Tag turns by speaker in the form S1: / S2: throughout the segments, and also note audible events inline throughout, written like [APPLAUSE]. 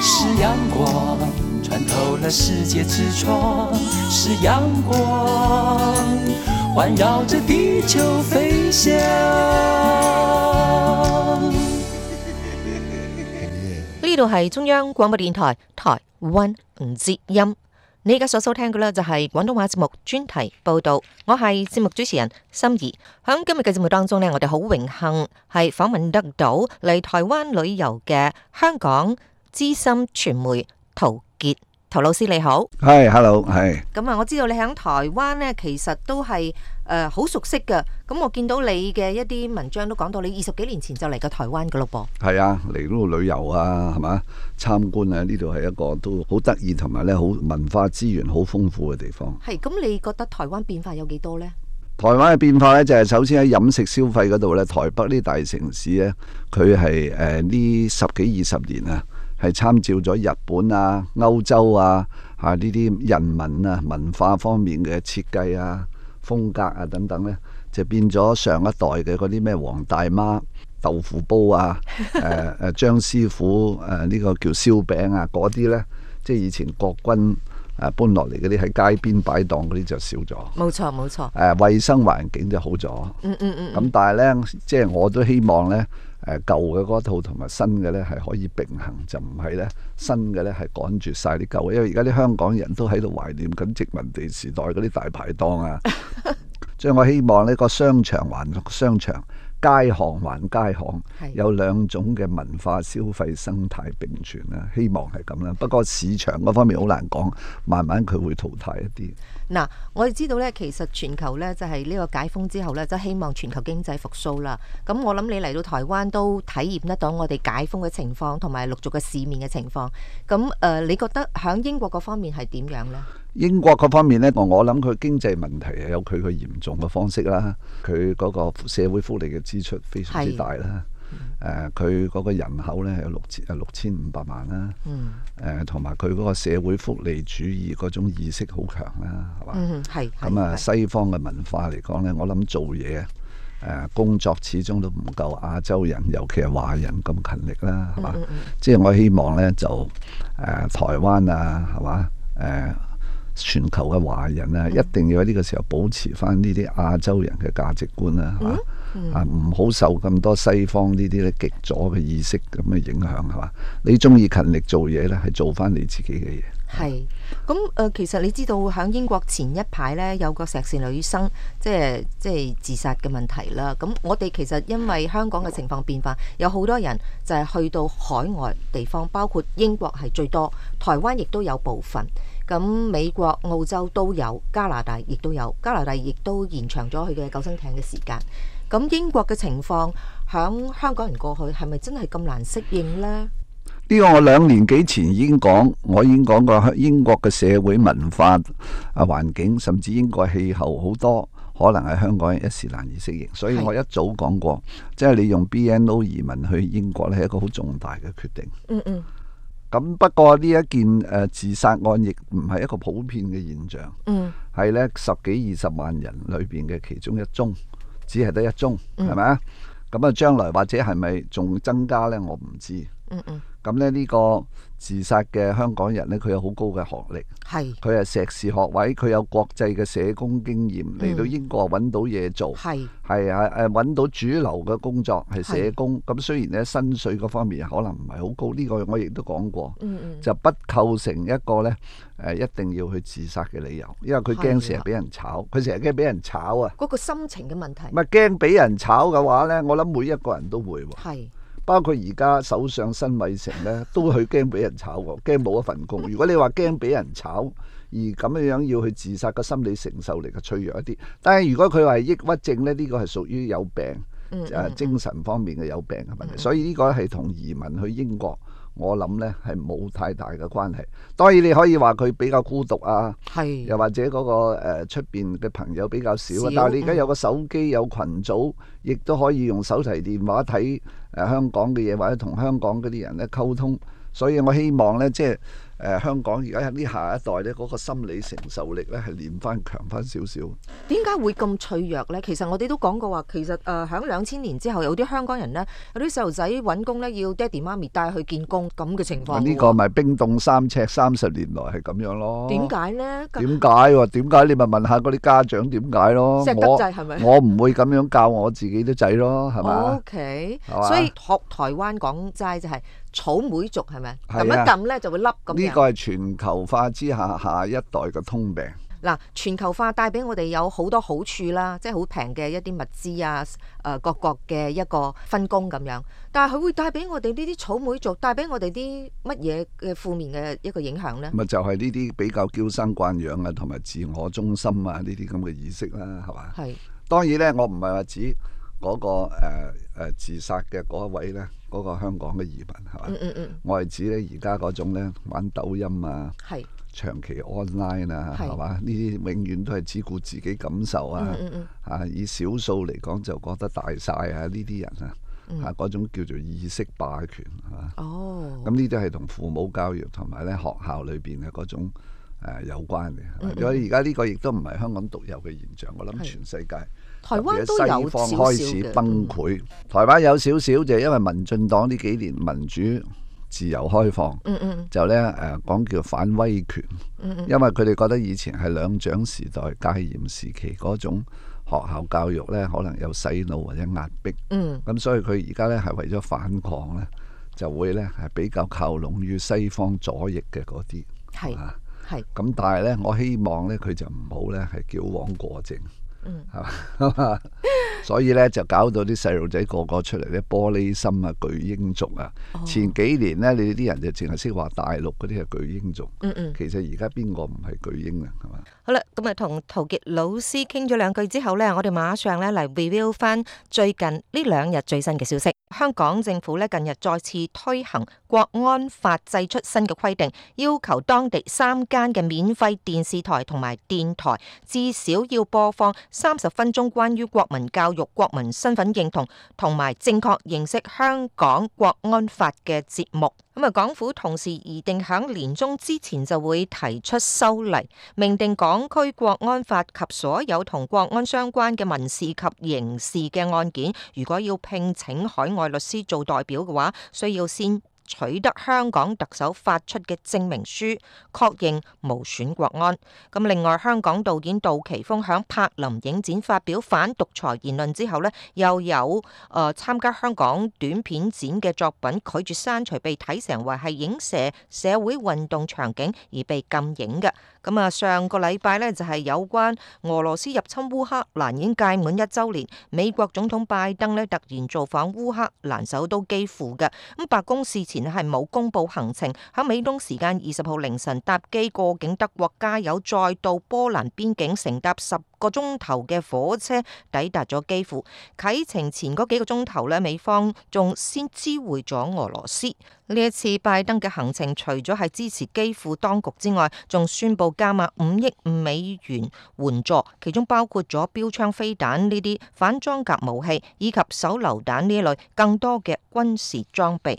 S1: 是阳光穿透了世界之窗，是阳光环绕着地球飞翔。
S2: 呢度係中央廣播電台台灣之音。你而家所收聽嘅呢，就係廣東話節目專題報導，我係節目主持人心儀。喺今日嘅節目當中呢，我哋好榮幸係訪問得到嚟台灣旅遊嘅香港資深傳媒陶傑。陶老師你好，
S3: 係，hello，係，
S2: 咁啊，我知道你喺台灣呢，其實都係誒好熟悉嘅。咁我見到你嘅一啲文章都講到你二十幾年前就嚟過台灣嘅咯噃。
S3: 係啊，嚟呢度旅遊啊，係嘛，參觀啊，呢度係一個都好得意同埋咧，好文化資源好豐富嘅地方。
S2: 係，咁你覺得台灣變化有幾多呢？
S3: 台灣嘅變化呢，就係、首先喺飲食消費嗰度呢，台北呢大城市呢，佢係誒呢十幾二十年啊，係參照咗日本啊、歐洲啊、嚇呢啲人民啊、文化方面嘅設計啊、風格啊等等呢，就變咗上一代嘅嗰啲咩黃大媽。豆腐煲啊，誒、誒張師傅誒呢、個叫燒餅啊，嗰啲呢，即係以前國軍誒搬落嚟嗰啲喺街邊擺檔嗰啲就少咗。
S2: 冇錯冇錯，
S3: 誒、衞生環境就好咗。咁、
S2: 啊嗯嗯嗯，
S3: 但係呢，即係我都希望呢，誒、舊嘅嗰套同埋新嘅呢係可以並行，就唔係呢新嘅呢係趕住晒啲舊嘅，因為而家啲香港人都喺度懷念緊殖民地時代嗰啲大排檔
S2: [LAUGHS]
S3: 啊。所以我希望呢個商場還商場，街巷還街巷，
S2: 係
S3: 有兩種嘅文化消費生態並存啦。希望係咁啦。不過市場嗰方面好難講，慢慢佢會淘汰一啲。
S2: 嗱，我哋知道咧，其實全球咧就係呢個解封之後咧，就希望全球經濟復甦啦。咁我諗你嚟到台灣都體驗得到我哋解封嘅情況，同埋陸續嘅市面嘅情況。咁誒、呃你覺得喺英國嗰方面係點樣呢？
S3: 英國嗰方面呢，我我諗佢經濟問題係有佢個嚴重嘅方式啦，佢嗰個社會福利嘅支出非常之
S2: 係
S3: 大啦。誒，佢嗰個人口呢，有六千誒六千五百萬啦。
S2: 嗯
S3: 誒，同埋佢嗰個社會福利主義嗰種意識好強啦，係嘛？
S2: 嗯，係係
S3: 咁啊，
S2: 係
S3: 西方嘅文化嚟講呢，我諗做嘢誒工作始終都唔夠亞洲人，尤其係華人咁勤力啦，係嘛？
S2: 嗯
S3: 即係我希望呢，就誒、台灣啊，係嘛？誒、全球嘅華人
S2: 嗯
S3: 啊，一定要喺呢個時候保持翻呢啲亞洲人嘅價值觀啦，係
S2: 嗯
S3: 嘛？啊，唔好受咁多西方呢啲咧極左嘅意識咁嘅影響，係嘛？你中意勤力做嘢呢，係做翻你自己嘅嘢。
S2: 係，咁誒、呃其實你知道喺英國前一排咧有個碩士女生即係即係自殺嘅問題啦。咁我哋其實因為香港嘅情況變化，有好多人就係去到海外地方，包括英國係最多，台灣亦都有部分。咁美國、澳洲都有，加拿大亦都有，加拿大亦都延長咗佢嘅救生艇嘅時間。咁英國嘅情況，響香港人過去係咪真係咁難適應呢？
S3: 呢個我兩年幾前已經講，我已經講過英國嘅社會文化啊環境，甚至英國氣候好多，可能係香港人一時難以適應。所以
S2: 係
S3: 我一早講過，即係你用 BNO 移民去英國呢係一個好重大嘅決定。
S2: 嗯嗯，
S3: 咁不過呢一件誒、呃自殺案亦唔係一個普遍嘅現象，
S2: 嗯
S3: 係呢十幾二十萬人裏邊嘅其中一宗，只係得一宗，
S2: 嗯
S3: 係咪啊？咁啊，將來或者係咪仲增加呢？我唔知。
S2: 嗯嗯，
S3: 咁咧呢個自殺嘅香港人呢，佢有好高嘅學歷，
S2: 係
S3: 佢係碩士學位，佢有國際嘅社工經驗，嚟到英國揾到嘢做，
S2: 嗯係。
S3: 係啊誒揾到主流嘅工作係
S2: 係
S3: 社工。咁雖然呢，薪水嗰方面可能唔係好高，呢、個我亦都講過，
S2: 嗯嗯。
S3: 就不構成一個呢誒、一定要去自殺嘅理由，因為佢驚
S2: 係
S3: 成
S2: 啦
S3: 日俾人炒，佢成日驚俾人炒啊！
S2: 嗰個心情嘅問題
S3: 咪驚俾人炒嘅話呢，我諗每一個人都會喎。
S2: 係
S3: 包括而家首相辛偉誠咧， [LAUGHS] 都去驚俾人炒喎，驚冇一份
S2: [LAUGHS]
S3: 工。如果你話驚俾人炒，而咁樣樣要去自殺嘅心理承受力嘅脆弱一啲。但係如果佢話係抑鬱症咧，呢、個係屬於有病，
S2: 嗯
S3: 誒、精神方面嘅有病嘅問題。所以呢個係同移民去英國，我諗呢係冇太大嘅關係。當然你可以話佢比較孤獨啊。
S2: 係
S3: 又或者嗰、個誒出邊嘅朋友比較少
S2: 嗯少
S3: 啊，但係你而家
S2: 嗯
S3: 有個手機有群組，亦都可以用手提電話睇誒、呃香港嘅嘢，或者同香港嗰啲人咧溝通。所以我希望呢，即係誒、誒香港而家呢下一代呢，嗰個心理承受力呢，係練翻強翻少少。
S2: 點解會咁脆弱呢？其實我哋都講過話，其實誒喺兩千年之後，有啲香港人呢，有啲細路仔揾工呢，要爹哋媽咪帶去見工咁嘅情況喎。
S3: 呢個咪冰凍三尺，三十年來係咁樣咯。
S2: 啊點解呢？咁
S3: 點啊解喎？點解你咪問下嗰啲家長點解咯？
S2: 石得
S3: 我
S2: 滯係咪？
S3: 我唔會咁樣教我自己啲仔咯，係嘛
S2: O？K，
S3: 係嘛
S2: 哦所以學台灣講齋就係草莓族係咪？
S3: 係
S2: 撳
S3: 啊
S2: 一撳咧就會粒咁
S3: 呢
S2: 樣。
S3: 個係全球化之下下一代嘅通病。
S2: 嗱，全球化帶俾我哋有好多好處啦，即係好平嘅一啲物資啊，誒、各國嘅一個分工咁樣。但係佢會帶俾我哋呢啲草莓族，帶俾我哋啲乜嘢嘅負面嘅一個影響呢？
S3: 咪就係呢啲比較嬌生慣養啊，同埋自我中心啊，呢啲咁嘅意識啦，係嘛？
S2: 係
S3: 當然呢，我唔係話指嗰、個誒、呃呃自殺嘅嗰一位呢，嗰、個香港嘅移民係嘛？
S2: 嗯嗯嗯，
S3: 我係指呢而家嗰種呢，玩抖音啊，
S2: 係
S3: 長期 online 啊，
S2: 係
S3: 係嘛？呢啲永遠都係只顧自己感受啊。
S2: 嗯嗯嗯，
S3: 啊，以少數嚟講就覺得大晒啊！呢啲人啊，
S2: 嗯
S3: 啊嗰種叫做意識霸權啊，
S2: 哦，
S3: 咁呢啲係同父母教育同埋咧學校裏邊嘅嗰種、呃、有關嘅。啊因為而家呢個亦都唔係香港獨有嘅現象，我諗
S2: 嗯係
S3: 全世界
S2: 台
S3: 特別
S2: 灣
S3: 係
S2: 都有
S3: 西
S2: 少
S3: 方
S2: 少
S3: 開始
S2: 嘅，
S3: 崩
S2: 嗯
S3: 潰，台灣有少少就係因為民進黨呢幾年民主自由開放。
S2: 嗯嗯
S3: 就咧誒講叫反威權，
S2: 嗯
S3: 因為佢哋覺得以前係兩蔣時代戒嚴時期嗰種學校教育咧，可能有洗腦或者壓迫，
S2: 嗯，
S3: 咁所以佢而家咧係為咗反抗咧，就會咧係比較靠攏於西方左翼嘅嗰啲
S2: 係
S3: 啊。
S2: 係，
S3: 咁但係咧，我希望咧佢就唔好咧係矯枉過正，
S2: 嗯
S3: 係嘛？ [LAUGHS] 所以咧就搞到啲細路仔個個出嚟咧玻璃心啊、巨嬰族啊。
S2: 哦
S3: 前幾年咧，你啲人就淨係識話大陸嗰啲係巨嬰族。
S2: 嗯嗯。
S3: 其實而家邊個唔係巨嬰啊？係嘛？
S2: 好啦，咁啊同陶傑老師傾咗兩句之後呢，我哋馬上咧嚟 review 翻最近呢兩日最新嘅消息。香港政府咧近日再次推行國安法，制出新嘅規定，要求當地三間嘅免費電視台同埋電台至少要播放三十分鐘關於國民教育、國民身份認同同埋正確認識香港國安法嘅節目。咁啊，港府同時擬定響年中之前就會提出修例。明定港區國安法及所有同國安相關嘅民事及刑事嘅案件，如果要聘請海外律師做代表嘅話，需要先取得香港特首發出嘅證明書，確認無損國安。咁另外，香港導演杜琪峰響柏林影展發表反獨裁言論之後呢，又有誒、呃、參加香港短片展嘅作品拒絕刪除，被睇成為係影射社會運動場景而被禁影嘅。咁啊，上個禮拜呢，就係有關俄羅斯入侵烏克蘭已經屆滿一週年，美國總統拜登呢突然造訪烏克蘭首都基輔嘅。咁白宮事前係冇公布行程，喺美東時間二十號凌晨搭機過境德國加油，再到波蘭邊境乘搭十個鐘頭嘅火車抵達咗基輔。啟程前嗰幾個鐘頭呢，美方仲先知會咗俄羅斯。呢一次拜登嘅行程，除咗係支持基輔當局之外，仲宣布加碼五億美元援助，其中包括咗標槍、飛彈呢啲反裝甲武器，以及手榴彈呢類更多嘅軍事裝備。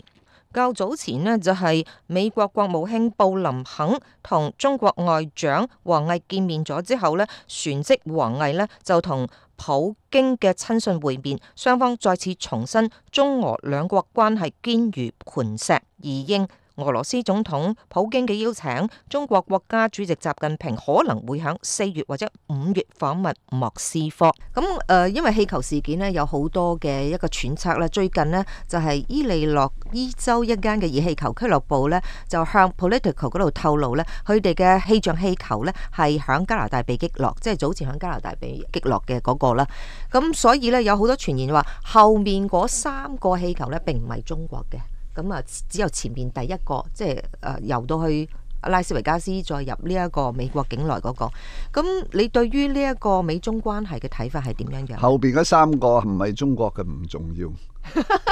S2: 較早前呢，就係美國國務卿布林肯同中國外長王毅見面咗之後呢，旋即王毅呢就同普京嘅親信會面，雙方再次重申中俄兩國關係堅如磐石，而應俄羅斯總統普京嘅邀請，中國國家主席習近平可能會喺四月或者五月訪問莫斯科。咁誒、呃因為氣球事件呢，有好多嘅一個揣測啦。最近呢，就係、伊利諾伊州一間嘅熱氣球俱樂部呢，就向 Political 嗰度透露呢，佢哋嘅氣象氣球呢係喺加拿大被擊落，即係早前喺加拿大被擊落嘅嗰個啦。咁所以呢，有好多傳言話後面嗰三個氣球呢並唔係中國嘅。咁啊，只有前面第一個，即係誒、呃游到去拉斯維加斯，再入呢一個美國境內嗰、個。咁你對於呢一個美中關係嘅睇法係點樣樣？
S3: 後邊嗰三個唔係中國嘅唔重
S2: [LAUGHS]
S3: 要，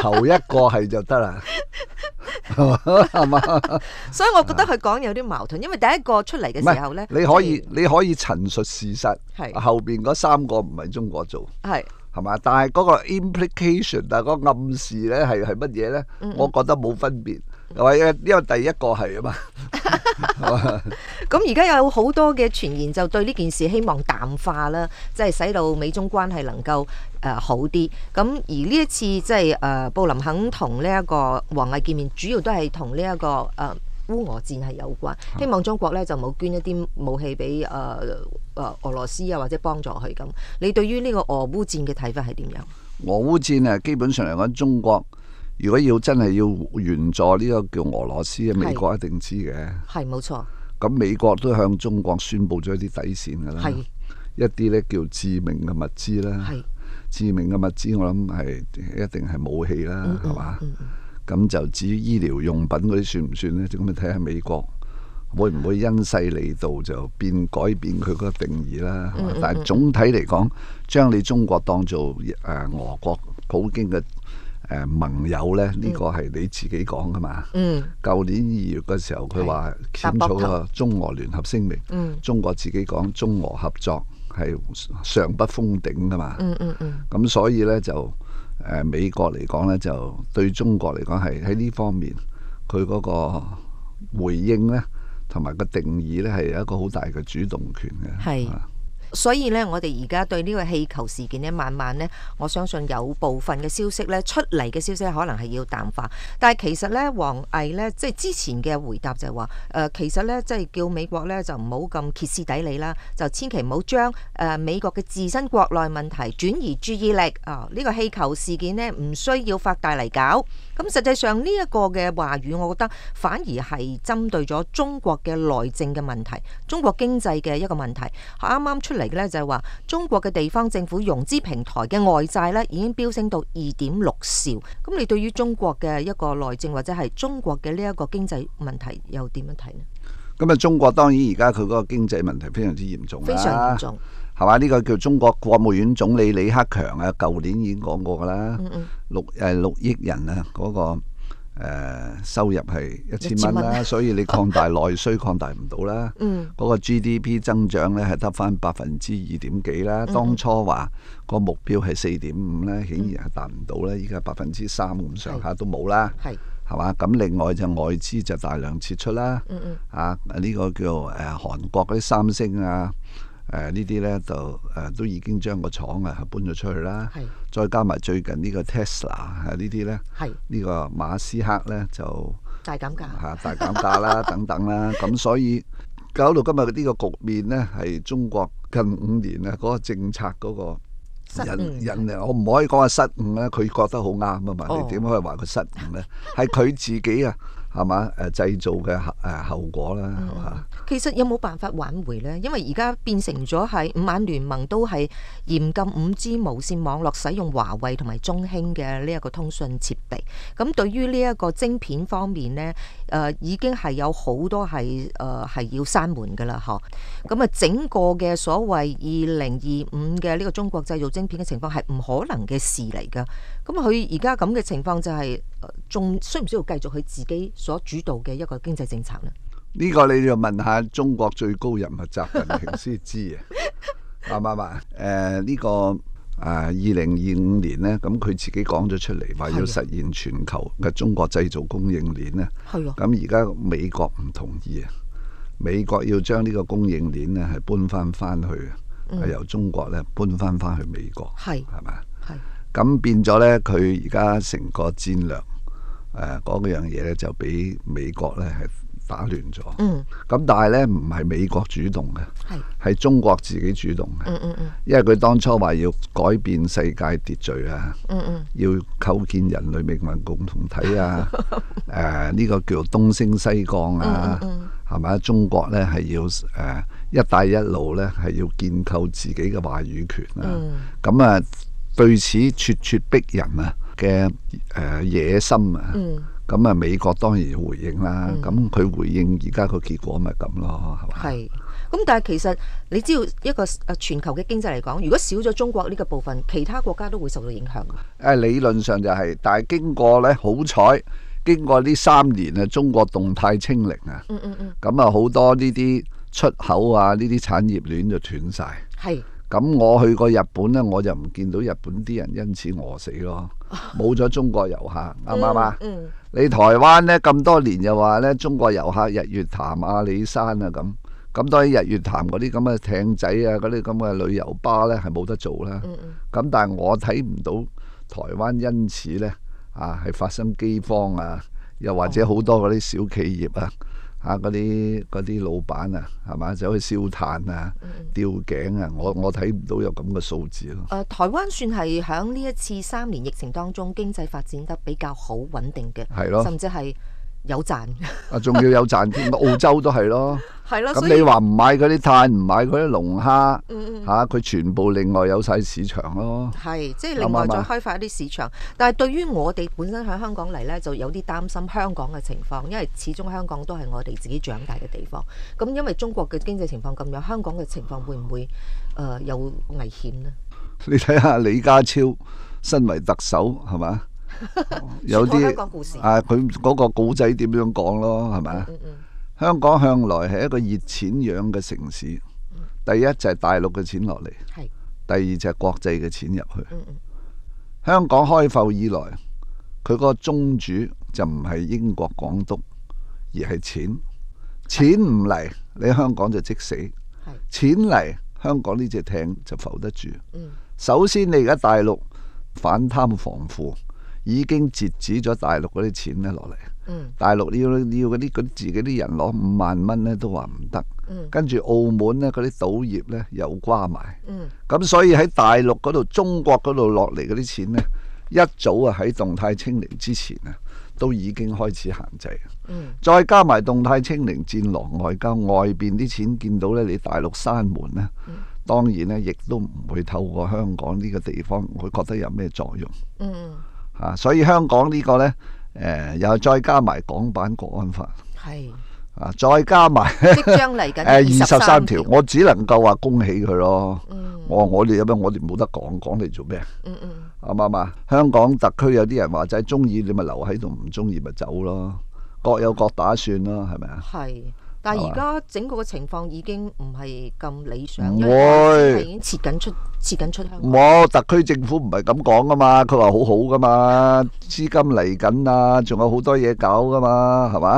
S3: 頭一個係就得啦。
S2: 所以我覺得佢講有啲矛盾，因為第一個出嚟嘅
S3: 唔
S2: 時候呢
S3: 係，，你可以啊你可以陳述事實，
S2: 係
S3: 後邊嗰三個唔係中國做。
S2: 係
S3: 係嘛？但係嗰個 implication 啊，嗰個
S2: 嗯
S3: 暗示咧係係乜嘢咧？我覺得冇分別，或者因為第一個係啊嘛，
S2: 咁而家有好多嘅傳言就對呢件事希望淡化啦，即係使到美中關係能夠誒、呃好啲。咁而呢一次即係誒布林肯同呢一個王毅見面，主要都係同呢一個誒、呃、烏俄戰係有關，希望中國咧就冇捐一啲武器俾誒誒俄羅斯啊，或者幫助佢咁。你對於呢個俄烏戰嘅睇法係點樣？
S3: 俄烏戰啊，基本上嚟講，中國如果要真係要援助呢個叫俄羅斯嘅，美國一定知嘅。
S2: 係冇錯，
S3: 咁美國都向中國宣布咗一啲底線㗎啦
S2: 係，
S3: 一啲呢叫致命嘅物資啦，
S2: 係
S3: 致命嘅物資我諗係一定係武器啦，係嘛？咁就至於醫療用品嗰啲算唔算呢？咁你睇下美國會唔會因勢利導就變改變佢嗰個定義啦？係嘛但係總體嚟講，將你中國當做誒、呃俄國普京嘅誒、呃盟友呢，呢、個係你自己講㗎嘛？
S2: 嗯
S3: 舊年二月嘅時候，佢話簽
S2: 搭膊
S3: 咗
S2: 頭
S3: 個啊中俄聯合聲明，
S2: 嗯
S3: 中國自己講中俄合作係上不封頂噶嘛。咁、
S2: 嗯嗯嗯，
S3: 所以呢，就誒、呃美國嚟講呢，就對中國嚟講係喺呢方面佢嗰個回應呢，同埋個定義呢，係有一個好大嘅主動權嘅。
S2: 係
S3: 啊
S2: 所以咧，我哋而家對呢個氣球事件咧，慢慢咧，我相信有部分嘅消息咧出嚟嘅消息，可能係要淡化。但係其實咧，王毅咧，即係之前嘅回答就係話，誒、呃其實咧，即係叫美國咧就唔好咁歇斯底里啦，就千祈唔好將誒、呃美國嘅自身國內問題轉移注意力啊！呢、個氣球事件呢，唔需要發大嚟搞。咁實際上呢一個嘅話語，我覺得反而係針對咗中國嘅內政嘅問題，中國經濟嘅一個問題。啱啱出嚟嘅咧就係話，中國嘅地方政府融資平台嘅外債咧已經飆升到二點六兆。咁你對於中國嘅一個內政或者係中國嘅呢一個經濟問題又點樣睇呢？
S3: 咁啊，中國當然而家佢嗰個經濟問題非常之嚴重啦。
S2: 非常嚴重。
S3: 係嘛？呢、個叫中國國務院總理李克強啊，舊年已經講過㗎啦。
S2: 嗯嗯，
S3: 六誒六億人啊，嗰、個、呃、收入係一千
S2: 1000
S3: 蚊
S2: 蚊
S3: 啦，所以你擴大內需擴大唔到啦。
S2: [LAUGHS] 嗯
S3: 嗰個 GDP 增長咧係得翻百分之二點幾啦，
S2: 嗯
S3: 當初話個目標係四點五咧，顯然係達唔到啦，依家百分之三咁上下都冇啦，
S2: 嗯係。
S3: 係嘛？咁另外就外資就大量撤出啦，
S2: 嗯嗯
S3: 啊呢、個叫誒、呃、韓國嗰啲三星啊，誒呢啲咧就誒、呃都已經將個廠啊搬咗出去啦，
S2: 係
S3: 再加埋最近呢個 Tesla 啊呢啲咧。
S2: 係
S3: 呢個馬斯克呢，就
S2: 大減價。
S3: 嚇大減價啦，等等啦，咁所以搞到今日呢個局面呢，係中國近五年啊嗰個政策嗰個
S2: 失
S3: 引
S2: 誤
S3: 引我唔可以講話失誤啦，佢覺得好啱啊嘛，
S2: 哦
S3: 你點可以話佢失誤呢？係佢自己啊，係嘛誒製造嘅後誒後果啦，
S2: 嗯
S3: 係嘛？
S2: 其實有冇辦法挽回呢？因為而家變成咗係五眼聯盟都係嚴禁五 G 無線網絡使用華為同埋中興嘅呢一個通訊設備。咁對於呢一個晶片方面呢，誒、呃已經係有好多係誒係要閂門㗎啦，嗬。咁啊，整個嘅所謂二零二五嘅呢個中國製造晶片嘅情況係唔可能嘅事嚟㗎。咁佢而家咁嘅情況就係、呃仲需唔需要繼續佢自己所主導嘅一個經濟政策呢？
S3: 呢個你就問下中國最高人物習近平先知啊，啱唔啱啊？誒、呢、個誒二零二五年呢，咁佢自己講咗出嚟，話要
S2: 係啊
S3: 實現全球嘅中國製造供應鏈呢。
S2: 係啊。
S3: 咁而家美國唔同意啊，美國要將呢個供應鏈呢係搬翻翻去，係由中國呢搬翻翻去美國，
S2: 嗯係
S3: 係咪啊？
S2: 係
S3: 咁變咗呢，佢而家成個戰略誒嗰樣嘢呢，就俾美國呢係打亂咗。
S2: 嗯
S3: 咁但係呢，唔係美國主動嘅，
S2: 係
S3: 係中國自己主動嘅，
S2: 嗯嗯嗯
S3: 因為佢當初話要改變世界秩序啊，
S2: 嗯嗯
S3: 要構建人類命運共同
S2: [LAUGHS]
S3: 體啊，誒呢、個叫東升西降啊，
S2: 嗯
S3: 係咪、中國呢係要誒、呃一帶一路呢係要建構自己嘅話語權啊，
S2: 嗯
S3: 咁啊、對此咄咄逼人啊嘅誒、呃野心啊。
S2: 嗯
S3: 咁啊，美國當然要回應啦。咁佢、回應而家個結果咪咁咯，係嘛？
S2: 係。咁但係其實你知道一個誒全球嘅經濟嚟講，如果少咗中國呢個部分，其他國家都會受到影響㗎。
S3: 誒理論上就係、但係經過呢，好彩經過呢三年啊，中國動態清零啊，
S2: 嗯嗯嗯，
S3: 咁啊好多呢啲出口啊，呢啲產業鏈就斷晒。
S2: 係
S3: 咁我去過日本呢，我就唔見到日本啲人因此餓死咯，冇咗中國遊客，啱唔啱啊？
S2: 嗯，
S3: 你台灣呢，咁多年又話呢中國遊客日月潭、阿里山啊咁，咁當然日月潭嗰啲咁嘅艇仔啊，嗰啲咁嘅旅遊巴呢，係冇得做啦。
S2: 嗯嗯
S3: 咁但係我睇唔到台灣因此呢，啊係發生饑荒啊，又或
S2: 哦
S3: 者好多嗰啲小企業啊，啊嗰啲嗰啲老闆啊，係嘛走去燒炭啊、
S2: 嗯
S3: 吊頸啊，我我睇唔到有咁嘅數字咯。
S2: 誒啊台灣算係喺呢一次三年疫情當中經濟發展得比較好穩定嘅，
S3: 係咯，
S2: 甚至係有賺，
S3: 啊仲要有賺添，澳洲都係咯。
S2: 係咯， [LAUGHS] 所
S3: 咁你
S2: 以
S3: 話唔買嗰啲炭，唔買嗰啲龍蝦，嚇
S2: 嗯嗯
S3: 佢、全部另外有晒市場咯。 [LAUGHS]
S2: 係即係
S3: 啱
S2: 另
S3: 唔
S2: 外
S3: 啱
S2: 再
S3: 啊
S2: 開發一啲市場，但係對於我哋本身喺香港嚟呢，就有啲擔心香港嘅情況，因為始終香港都係我哋自己長大嘅地方。咁因為中國嘅經濟情況咁樣，香港嘅情況會唔會誒、呃有危險呢？
S3: 你睇下李家超身為特首
S2: [LAUGHS]
S3: 係嘛？有
S2: 說講香港
S3: 啲
S2: 故事
S3: 啊，佢嗰個古仔點樣講咯，係咪？
S2: 嗯嗯
S3: 香港向來係一個熱錢養嘅城市，第一就係大陸嘅錢落嚟，
S2: 係
S3: 第二就係國際嘅錢入去。
S2: 嗯嗯
S3: 香港開埠以來，佢個宗主就唔係英國港督，而係錢。錢唔嚟，你香港就即死；
S2: 係
S3: 錢嚟，香港呢只艇就浮得住。
S2: 嗯
S3: 首先，你而家大陸反貪防腐已經截止咗大陸嗰啲錢咧落嚟。
S2: 嗯
S3: 大陸要要嗰啲嗰啲自己啲人攞五萬蚊咧都話唔得，
S2: 嗯
S3: 跟住澳門咧嗰啲賭業咧又瓜埋，
S2: 嗯
S3: 咁所以喺大陸嗰度、中國嗰度落嚟嗰啲錢咧，一早啊喺動態清零之前啊，都已經開始限制。
S2: 嗯
S3: 再加埋動態清零、戰狼外交，外邊啲錢見到咧，你大陸閂門咧，當然咧亦都唔會透過香港呢個地方，會覺得有咩作用。
S2: 嗯
S3: 啊，所以香港呢個呢，誒、又再加埋港版國安法
S2: 係
S3: 啊，再加埋
S2: 即將嚟緊
S3: 誒二十三
S2: 條
S3: 條，我只能夠話恭喜佢咯。
S2: 嗯
S3: 我我哋有咩？我哋冇得講，講嚟做咩？
S2: 嗯嗯
S3: 啱唔啱啊？香港特區有啲人話齋中意你咪留喺度，唔中意咪走咯。各有各打算咯，係咪啊？
S2: 係。但係而家整個嘅情況已經唔係咁理想，
S3: 唔
S2: 因為
S3: 會
S2: 已經切緊出切緊出香港。
S3: 冇，特區政府唔係咁講噶嘛，佢話好好噶嘛，資金嚟緊啊，仲有好多嘢搞噶嘛，係嘛？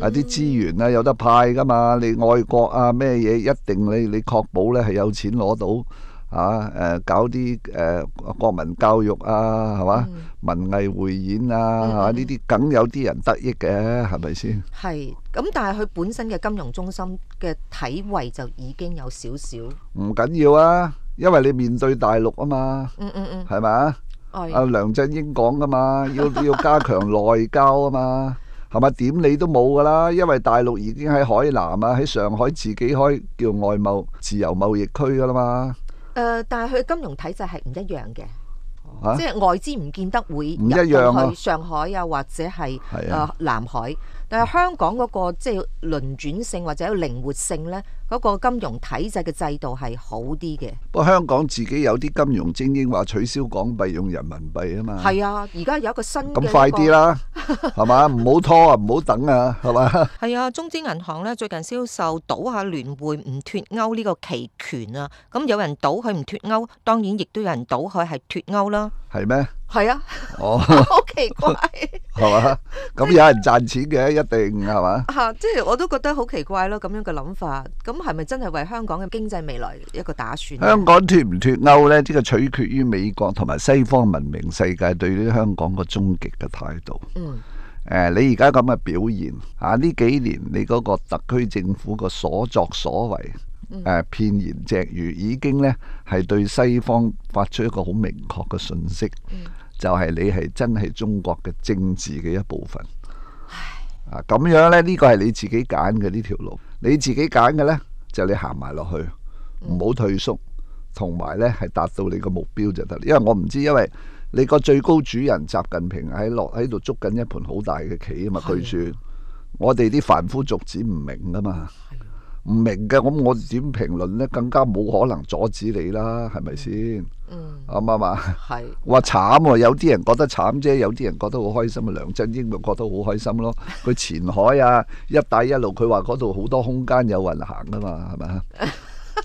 S3: 啊啲資源啊有得派噶嘛，你愛國啊咩嘢一定你你確保咧係有錢攞到啊誒、搞啲誒、國民教育啊係嘛、文藝匯演啊係嘛呢啲梗有啲人得益嘅係咪先？
S2: 係，咁但係佢本身嘅金融中心嘅體位就已經有少少，
S3: 唔緊要啊，因為你面對大陸啊嘛，
S2: 嗯嗯嗯，
S3: 係咪啊？阿
S2: 係，
S3: 梁振英講噶嘛，要要加強內交啊嘛，係咪點你都冇噶啦？因為大陸已經喺海南啊，喺上海自己開叫外貿自由貿易區噶啦嘛，
S2: 誒，但係佢金融體制係唔一樣嘅，
S3: 嚇、
S2: 即係外資唔見得會
S3: 啊唔一
S2: 入
S3: 樣
S2: 到
S3: 啊
S2: 去上海啊，或者係
S3: 係
S2: 誒
S3: 啊
S2: 南海，但係香港嗰個即係輪轉性或者靈活性呢，嗰個金融體制嘅制度係好啲嘅。
S3: 不過香港自己有啲金融精英話取消港幣用人民幣啊嘛，
S2: 係啊，而家有一個新嘅
S3: 咁快
S2: 一個
S3: 啲啦，係嘛？唔好拖啊，唔好等啊，係嘛？
S2: 係啊，中資銀行咧最近銷售賭下聯匯唔脱歐呢個期權啊，咁有人賭佢唔脱歐，當然亦都有人賭佢係脱歐啦。
S3: 係咩？ [LAUGHS]
S2: 係啊， [LAUGHS]
S3: 哦，
S2: 好奇怪
S3: 係嘛？咁有人賺錢嘅，一定係嘛？ [LAUGHS]
S2: 嚇！即係我都覺得好奇怪咯，咁樣嘅諗法，咁係咪真係為香港嘅經濟未來一個打算呢？
S3: 香港脱唔脱歐呢，呢、個取決於美國同埋西方文明世界對於香港個終極嘅態度。
S2: 嗯
S3: 誒、你而家咁嘅表現啊，呢幾年你嗰個特區政府個所作所為，誒、片言隻語，已經呢係對西方發出一個好明確嘅訊息，就係你係真係中國嘅政治嘅一部分。啊，咁樣呢，呢、個係你自己揀嘅呢條路，你自己揀嘅呢，就你行埋落去，唔好退縮，同埋呢係達到你個目標就得。因為我唔知，因為你個最高主人習近平喺落喺度捉緊一盤好大嘅棋啊嘛，
S2: 係啊
S3: 據說我哋啲凡夫俗子唔明噶嘛，唔明嘅，咁我點評論呢？更加冇可能阻止你啦，係咪先？
S2: 嗯，
S3: 啱唔啱啊？
S2: 係
S3: 話慘喎，有啲人覺得慘啫，有啲人覺得好開心啊。梁振英咪覺得好開心咯。佢前海啊，一帶一路，佢話嗰度好多空間有運行啊嘛，係咪啊？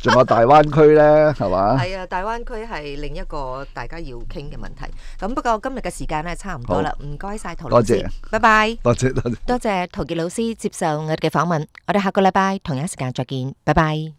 S3: 仲有大灣區呢，係嘛？
S2: 係啊，大灣區係另一個大家要傾嘅問題。咁不過今日嘅時間咧差唔多啦，唔該晒陶老
S3: 多
S2: 師
S3: 謝，
S2: 拜拜。
S3: 多謝多謝。
S2: 多謝陶傑老師接受我哋嘅訪問，我哋下個禮拜同一時間再見，拜拜。